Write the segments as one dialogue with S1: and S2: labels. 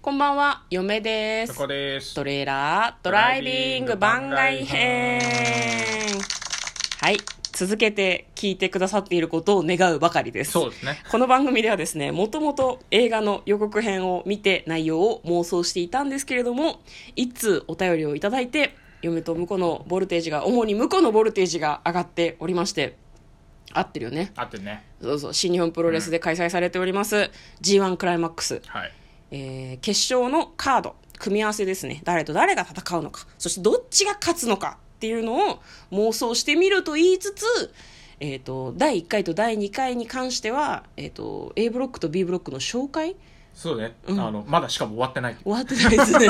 S1: こんばんは、嫁で
S2: そ
S1: す
S2: こ。です。
S1: トレーラードライビング番外編。はい、続けて聞いてくださっていることを願うばかりです。
S2: そうですね。
S1: この番組ではですね、もともと映画の予告編を見て内容を妄想していたんですけれども、一通お便りをいただいて、嫁と婿のボルテージが、主に婿のボルテージが上がっておりまして、合ってるよね。
S2: あってね。
S1: そうそう、新日本プロレスで開催されております、G1 クライマックス。
S2: はい。
S1: えー決勝のカード組み合わせですね誰と誰が戦うのかそしてどっちが勝つのかっていうのを妄想してみると言いつつ、えー、と第1回と第2回に関しては、えー、と A ブロックと B ブロックの紹介
S2: そうね。あの、まだしかも終わってない。
S1: 終わってない ですね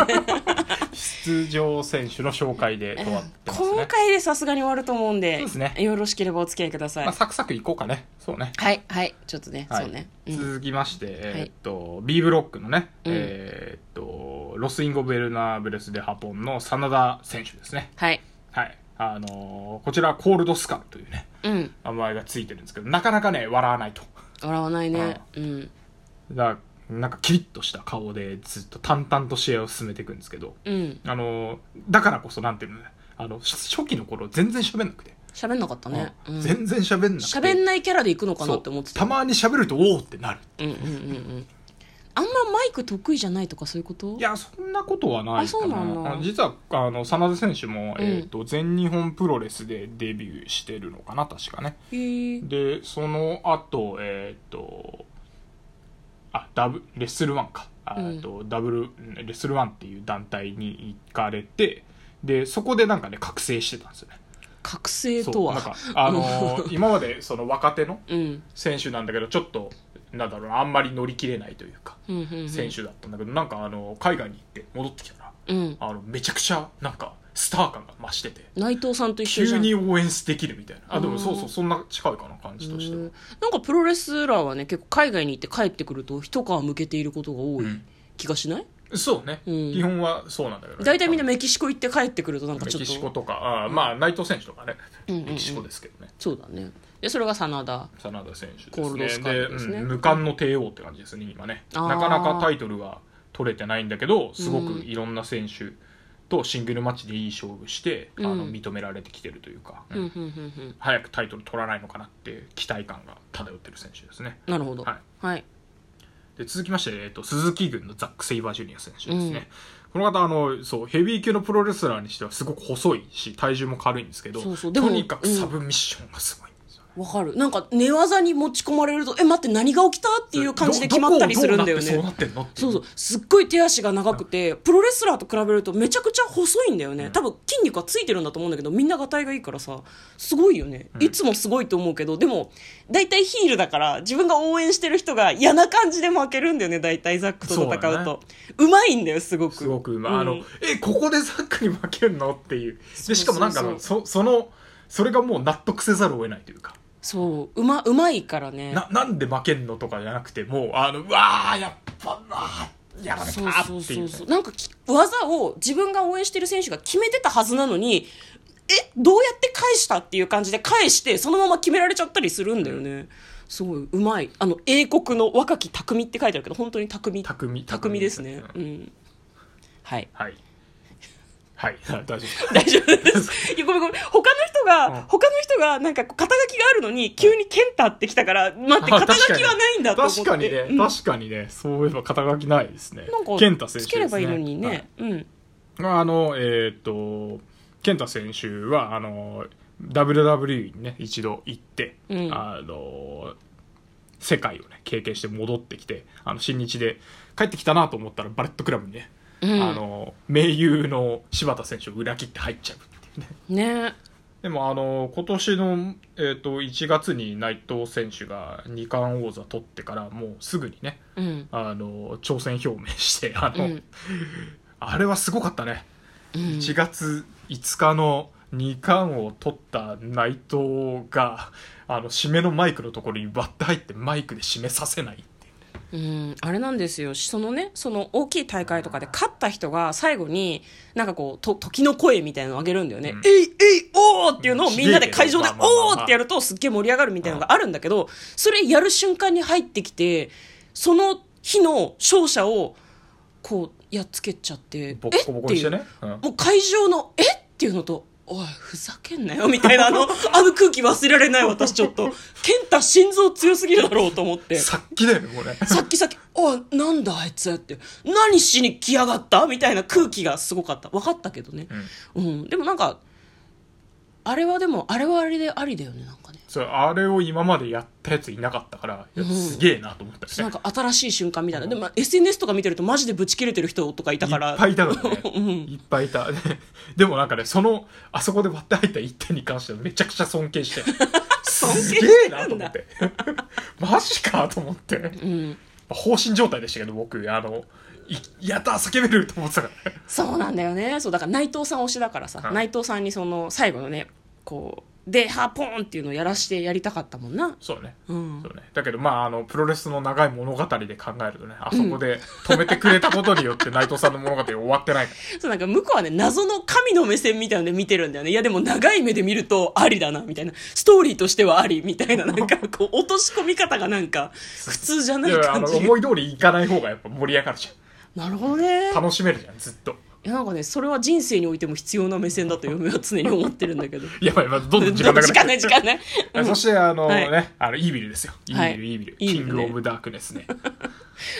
S2: 出場選手の紹介で終わってます
S1: 今
S2: ね。
S1: 回でさすがに終わると思うんで
S2: そうですね
S1: よろしければお付き合いください、
S2: まあ、サクサクいこうかね。そうね。
S1: はいはいちょっとね、
S2: はい
S1: そうね、うん
S2: 続きまして、えーっと、B ブロックのね、えーっと、ロスインゴ・ベルナーブレス・デ・ハポンの真田選手ですね。
S1: はい
S2: はい。あのーこちらはコールド・スカルというね、
S1: うん
S2: 名前がついてるんですけど、なかなかね、笑わないと。
S1: 笑わないねうん
S2: だなんかキリッとした顔でずっと淡々と試合を進めていくんですけど、
S1: うん
S2: あのだからこそなんていうのねあのし初期の頃全然喋んなくて、
S1: 喋んなかったね
S2: う
S1: うんん
S2: 全然喋んなくて
S1: 喋んないキャラでいくのかなって思って
S2: そう
S1: た
S2: たまに喋るとおおってなる
S1: うんうんうんうんあんまマイク得意じゃないとかそういうこと
S2: いやそんなことはない
S1: あそうなんだ
S2: あの実はあの真田選手も、
S1: うん
S2: えー、と全日本プロレスでデビューしてるのかな確かね
S1: へー
S2: でその後えっ、とあダブレッスルワンか、あ
S1: うん
S2: えっとダブルレッスルワンっていう団体に行かれてでそこでなんかね覚醒してたんですよね
S1: 覚醒
S2: そう
S1: と
S2: なんか
S1: は
S2: あのー 今までその若手の
S1: うん
S2: 選手なんだけどちょっとなんだろうなあんまり乗り切れないというか、
S1: うんうんうん
S2: 選手だったんだけどなんかあの海外に行って戻ってきたら
S1: うん
S2: あのめちゃくちゃなんかスター感が増してて
S1: 内藤さんと一緒じ
S2: 急
S1: ゃん
S2: に応援できるみたいなあで
S1: あー
S2: もそうそうそんな近いかな感じとして
S1: う
S2: は。
S1: んなんかプロレスラーはね結構海外に行って帰ってくると一皮向けていることが多い
S2: うん
S1: 気がしない、
S2: そうね、
S1: うん
S2: 基本はそうなんだけどね、
S1: 大体みんな
S2: メ
S1: メキシコ行って帰ってくるとなんかちょ
S2: キシ
S1: っ
S2: コ
S1: と
S2: とかあー、まあ内藤選手とかね、
S1: うんうんうん
S2: メキシコですけどね
S1: そうだねでそれが真田
S2: 真田選手ですね
S1: コールドスカルですね
S2: でうん無冠の帝王って感じですね今ね
S1: あー
S2: なかなかタイトルが取れてないんだけどすごくいろんな選手とシングルマッチでいい勝負して、
S1: うん
S2: あの認められてきてるというか、
S1: うん
S2: う
S1: うんんうんうん
S2: 早くタイトル取らないのかなって期待感が漂ってる選手ですね
S1: なるほど
S2: はい
S1: はい、
S2: で続きまして、えっと、鈴木軍のザック・セイバージュニア選手ですね、この方あのそうヘビー級のプロレスラーにしてはすごく細いし体重も軽いんですけど
S1: そうそうでも
S2: とにかくサブミッションがすごいんですよね、
S1: わかるなんか寝技に持ち込まれるとえ待って何が起きたっていう感じで決まったりするんだよね
S2: どどこをどうなってそうなってんのってい
S1: そうそうすっごい手足が長くてプロレスラーと比べるとめちゃくちゃ細いんだよね、多分筋肉はついてるんだと思うんだけどみんながたいがいいからさすごいよね、いつもすごいと思うけどでも大体ヒールだから自分が応援してる人が嫌な感じで負けるんだよね大体ザックと戦う
S2: そうだね
S1: とうま、いんだよすごく
S2: すごく、ま
S1: うん
S2: あ、あの、え、ここでザックに負けるのっていう。で、しかもなんかあの、そ、その、それがもう納得せざるを得ないというか、
S1: そううまうまいからね
S2: な、なんで負けんのとかじゃなくて、もう、あの、うわー、やっぱなー、やられた
S1: そうそ
S2: ー
S1: う
S2: ってい
S1: そうう
S2: ね。
S1: そうなんかき技を自分が応援してる選手が決めてたはずなのにえどうやって返したっていう感じで返してそのまま決められちゃったりするんだよね、すごいうまいあの英国の若き匠って書いてあるけど本当に匠
S2: 匠
S1: 匠ですねう
S2: うん
S1: ん はい
S2: はい。はい、 大丈夫。
S1: 大丈夫です。いやごめんごめん。他の人が、
S2: うん
S1: 他の人が、なんか、肩書きがあるのに、急にケンタってきたから、待って、
S2: あ
S1: 肩書きはないんだと思って。
S2: 確かにね、
S1: うん
S2: 確かにね、そういえば肩書きないですね。
S1: なんか、
S2: 健太選手ですね。
S1: つければいいのにね。
S2: はい
S1: うん。
S2: まああの、えーっと、健太選手は、あの、WWE にね、一度行って、
S1: うん
S2: あの、世界をね、経験して戻ってきて、あの、新日で帰ってきたなと思ったら、バレットクラブにね、
S1: うん
S2: あの、盟友の柴田選手を裏切って入っちゃうっていうね。
S1: ね
S2: でも、あの、今年の、えーっと、1月に内藤選手が二冠王座取ってから、もうすぐにね、
S1: うん。
S2: あの、挑戦表明して、あの、
S1: うん
S2: あれはすごかったね。
S1: うん
S2: 1月5日の2冠を取った内藤があの締めのマイクのところに割って入ってマイクで締めさせないっていう
S1: うん、あれなんですよそのねその大きい大会とかで勝った人が最後になんかこうと時の声みたいなのを上げるんだよね「
S2: うん
S1: えいえいおー!」っていうのをみんなで
S2: うん
S1: 会場で
S2: まあ
S1: 「
S2: まあまあ
S1: おー!」ってやるとすっげえ盛り上がるみたいなのがあるんだけどそれやる瞬間に入ってきてその日の勝者をこうやっつけちゃって
S2: ボッコボコにしてね、うん
S1: もう会場の「えっ?」ていうのと「おいふざけんなよ」みたいなあのあの空気忘れられない私ちょっと健太心臓強すぎるだろうと思ってさ
S2: さっきだよねこれ
S1: っきさっき「おいなんだあいつ」って「何しに来やがった?」みたいな空気がすごかった分かったけどね、
S2: うん
S1: うん、でもなんかあれはでもあれはあれでありだよねなんかね
S2: そうあれを今までやったやついなかったからいや
S1: うん
S2: すげえなと思った
S1: な
S2: よ
S1: ん
S2: ね、
S1: か新しい瞬間みたいな、でもまあ SNS とか見てるとマジでブチ切れてる人とかいたから
S2: いっぱいいたからね、
S1: うん
S2: いっぱいいたでもなんかねそのあそこで割って入った一点に関してはめちゃくちゃ尊敬して すげえなと思って マジかと思って
S1: うん、
S2: 放心状態でしたけど僕あのいやったー叫べると思ってたからね
S1: そうなんだよねそうだから内藤さん推しだからさ、
S2: はい
S1: 内藤さんにその最後のねこうでハポーンっていうのをやらしてやりたかったもんな
S2: そうね
S1: うん
S2: そうね、だけど、まあ、あのプロレスの長い物語で考えるとねあそこで止めてくれたことによって内藤さんの物語終わってないか
S1: そうなんか向こうはね謎の神の目線みたいので見てるんだよねいやでも長い目で見るとありだなみたいなストーリーとしてはありみたいななんかこう落とし込み方がなんか 普通じゃな
S2: ら
S1: い
S2: いやあ
S1: 感
S2: の
S1: じ
S2: 思い通りいかない方がやっぱ盛り上がるじ
S1: なるほどね
S2: ゃん楽しめるじゃんずっと
S1: いやなんかねそれは人生においても必要な目線だと嫁は常に思ってるんだ けど
S2: やばいやばいどんどん時間なくなっ
S1: 時
S2: ちゃ
S1: 間
S2: う
S1: ない時間ない
S2: えそして あの
S1: はい
S2: ね、あのイービルですよ。イ
S1: は
S2: ー
S1: い
S2: ビル、イービル。
S1: イービ
S2: キ
S1: ルね
S2: ングオブダークネスね。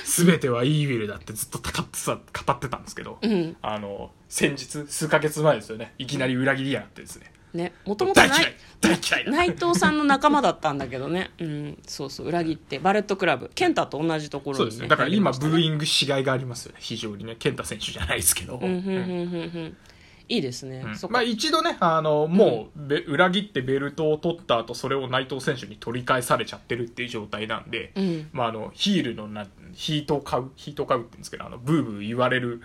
S2: すべてはイービルだってずっと語ってさ語ってたんですけど、
S1: ん
S2: あの、先日、数ヶ月前ですよね、いきなり裏切りやがってですね。
S1: ねもともと
S2: 大
S1: な
S2: 嫌い
S1: い
S2: 大嫌いだ
S1: 内藤さんの仲間だったんだけどね、うん、そうそう裏切ってバレットクラブ健太と同じところに、
S2: そうですね。だから今、ブー
S1: ン
S2: イングしがいがありますよね、非常にね。健太選手じゃないですけど。
S1: うんうんう
S2: うん
S1: んうんうんいいですね、
S2: うん
S1: そっか
S2: まあ一度ね、あの、もう、べ裏切ってベルトを取った後、それを内藤選手に取り返されちゃってるっていう状態なんで、
S1: うん
S2: まあ、あのヒールのなヒートを買うヒートを買うって言うんですけどあのブーブー言われる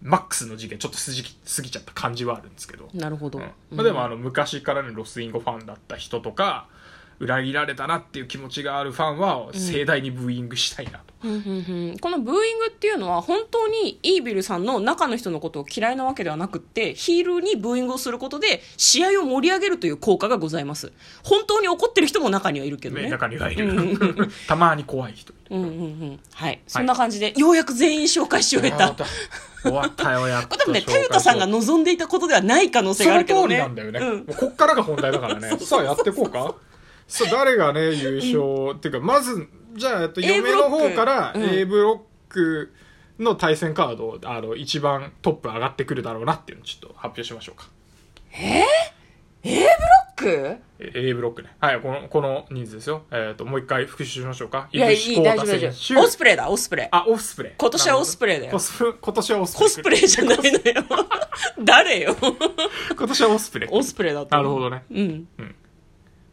S2: マックスの時期がちょっと過ぎ過ぎちゃった感じはあるんですけど、
S1: なるほど、
S2: うんまあ、でもあの昔からのロスインゴファンだった人とか裏切られたなっていう気持ちがあるファンは盛大にブーイングしたいなと、
S1: うんうんうんこのブーイングっていうのは本当にイービルさんの中の人のことを嫌いなわけではなくってヒールにブーイングをすることで試合を盛り上げるという効果がございます本当に怒ってる人も中にはいるけど
S2: ね
S1: ね
S2: 中にはいる、 たまに怖い人いる
S1: うんうんうんはいそんな感じでようやく全員紹介し終え
S2: あ
S1: た
S2: ー終わったよやっ
S1: ことれでもね豊田さんが望んでいたことではない可能性
S2: そ
S1: があ
S2: の
S1: るけど
S2: 通
S1: ね
S2: りなんだよね、
S1: う
S2: もうこっからが本題 だからねさあやっていこうかさあ誰がね優勝、っていうかまずじゃあ、えっと、
S1: A
S2: 嫁の方から
S1: ブロックうん
S2: A ブロックの対戦カードをあの一番トップ上がってくるだろうなっていうのをちょっと発表しましょうか
S1: ック
S2: え A ブロックねはいこのこの人数ですよ、えっともう一回復習しましょうか
S1: いやい
S2: 井
S1: い
S2: 口
S1: 大
S2: 浩
S1: 丈夫
S2: 太
S1: 大
S2: 選手
S1: 丈夫オスプレイだオスプレイ
S2: あオスプレイ
S1: 今年はオスプレイだよ
S2: コスプ今年はオスプレイ
S1: コスプレイじゃないのよ 誰よ
S2: 今年は オスプレイ
S1: オスプレイだった
S2: なるほどね
S1: うん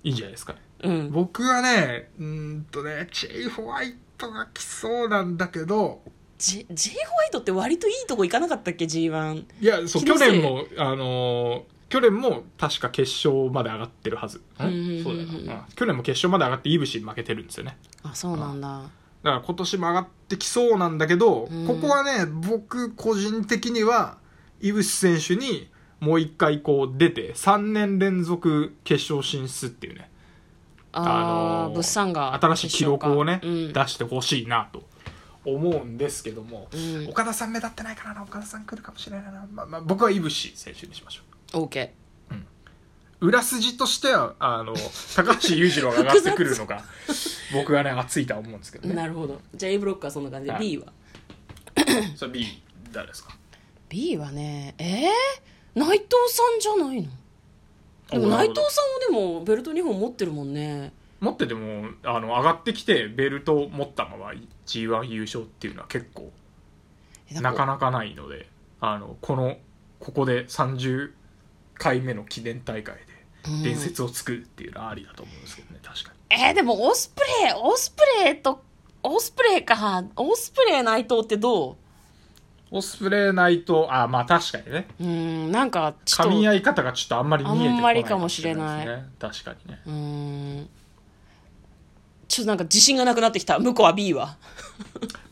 S2: いいんじゃないですかね
S1: うん
S2: 僕はねうーんとねチェイ・ホワイトが来そうなんだけど
S1: J, J ホワイトって割といいとこ行かなかったっけ G1
S2: いやそう
S1: 気の
S2: 去
S1: せい
S2: 年もあのー去年も確か決勝まで上がってるはず、
S1: んうんうん
S2: そうだよな、うん去年も決勝まで上がってイブシに負けてるんですよね
S1: あそうなんだ
S2: だから今年も上がってきそうなんだけど、
S1: うん
S2: ここはね僕個人的にはイブシ選手にもう一回こう出て3年連続決勝進出っていうね
S1: ああ
S2: ー
S1: 物産が
S2: 新しい記録をね、
S1: 決勝か
S2: 出してほしいなと思うんですけども、
S1: うん
S2: 岡田さん目立ってないからな岡田さん来るかもしれないな、まあまあ、僕は井伏選手にしましょ
S1: うん OK
S2: う裏筋としては あの高橋裕次郎が上がってくるのが僕はね熱いとは思うんですけどね
S1: なるほどじゃあ A ブロックはそんな感じで
S2: はい
S1: B は
S2: それ B 誰ですか
S1: B はねえー、内藤さんじゃないのでも
S2: おな
S1: 内藤
S2: るほど
S1: さんはでもベルト2本持ってるもんね
S2: 持っててもあの上がってきてベルトを持ったまま g 1優勝っていうのは結構
S1: えだ
S2: なからなかないのであのこのここで30回目の記念大会
S1: うん
S2: で伝説を作るっていうのはありだと思うんですけどね確かに
S1: えー、でもオスプレイオスプレイとオスプレイかオスプレイ内藤ってど
S2: オスプレイナイトあまあ確かにね
S1: ううーんなんかちょっと
S2: 噛み
S1: う
S2: 合い方がちょっとあんまり見えてこない
S1: あんまりかもしれない
S2: ですね確かにね
S1: ーんちょっとなんか自信がなくなってきた向こうは B は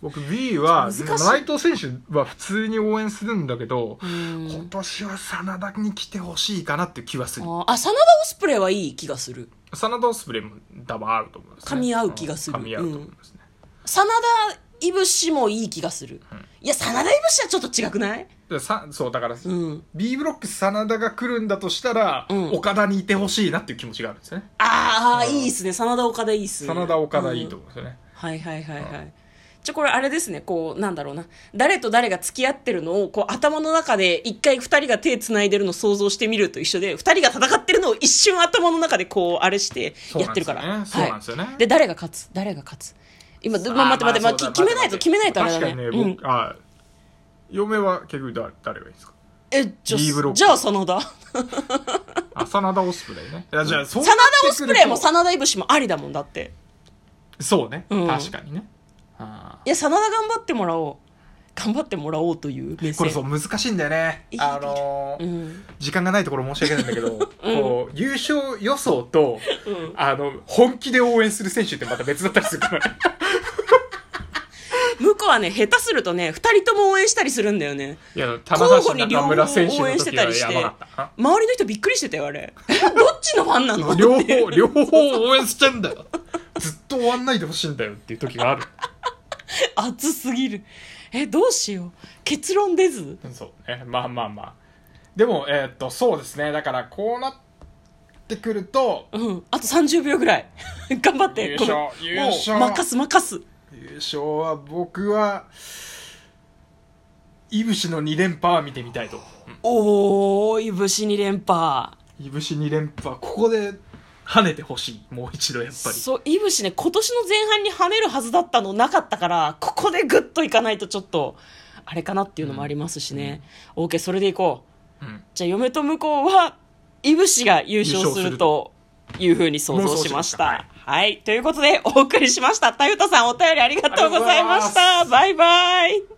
S2: 僕 B は
S1: 難しい
S2: 内藤選手は普通に応援するんだけど
S1: うーん
S2: 今年は真田に来てほしいかなっていう気はする
S1: あーあ真田オスプレイはいい気がする
S2: 真田オスプレイも多分合うと思うんです、ね、
S1: 噛み合う気がする
S2: うん噛み合うと思いますね、
S1: 真田いぶしもいい気がする、
S2: うん
S1: いや真田いぶしはちょっと違くない
S2: でさそうだから、
S1: うん
S2: B ブロック真田が来るんだとしたら、
S1: うん
S2: 岡田にいてほしいなっていう気持ちがあるんですね
S1: ああ、
S2: うん
S1: いいっすね真田岡田いいっすね
S2: 真田岡田いいと
S1: うん
S2: 思うんですよね、
S1: はいはいはいはい、じゃあこれあれですねこうなんだろうな誰と誰が付き合ってるのをこう頭の中で一回二人が手つないでるのを想像してみると一緒で二人が戦ってるのを一瞬頭の中でこうあれして
S2: そう
S1: や
S2: な
S1: っ
S2: ん
S1: て
S2: で
S1: る
S2: すよ
S1: か
S2: ね
S1: ら
S2: そうなんですよね
S1: で誰が勝つ誰が勝つ今ま待って待って待って決めないと決めないとあれだね
S2: 確かにね、
S1: うん
S2: 僕、あ嫁は結局誰誰がいいですか
S1: えじゃ
S2: B ブロッ
S1: あ
S2: ク
S1: じゃあ真田
S2: あ真田オスプレイねいやじゃあそ
S1: 真
S2: う
S1: 田
S2: なってくると
S1: オスプレイも真田いぶしもありだもんだって
S2: そうね、
S1: うん
S2: 確かにねあ
S1: いや真田頑張ってもらおう頑張ってもらおうという目線
S2: ーこれそう難しいんだよね
S1: いい
S2: あのー
S1: うん
S2: 時間がないところ申し訳ないんだ けど、こう優勝予想と、あの本気で応援する選手ってまた別だったりするから
S1: 向こうはね下手するとね二人とも応援したりするんだよね
S2: いや
S1: 交
S2: 棚橋
S1: 互に両
S2: 中
S1: 方
S2: 村選手
S1: 応
S2: の
S1: 援して
S2: 時
S1: た
S2: は
S1: りして
S2: やばかった
S1: 周りの人びっくりしてたよあれ えどっちのファンな の
S2: な両方両方応援しちゃうんだよずっと終わんないでほしいんだよっていう時がある
S1: 熱すぎるえどうしよう結論出ず
S2: そうねまあまあまあでもえーっとそうですねだからこうなってくると
S1: うんあと30秒ぐらい 頑張って
S2: 優勝
S1: この
S2: 優
S1: もう
S2: 勝
S1: 任す任す
S2: 優勝は僕はいぶしの2連覇は見てみたいと
S1: おーいぶし2連覇
S2: いぶし2連覇ここで跳ねてほしいもう一度やっぱり
S1: そういぶしね今年の前半に跳ねるはずだったのなかったからここでグッといかないとちょっとあれかなっていうのもありますしね、OK それでいこう
S2: うん
S1: じゃあ嫁と向こうはいぶしが優勝するというふうに想像しました。
S2: 妄
S1: は
S2: 想し
S1: い、ということでお送りしました。田ゆたさんお便りありがとうございまし
S2: あ
S1: た。バイバイ。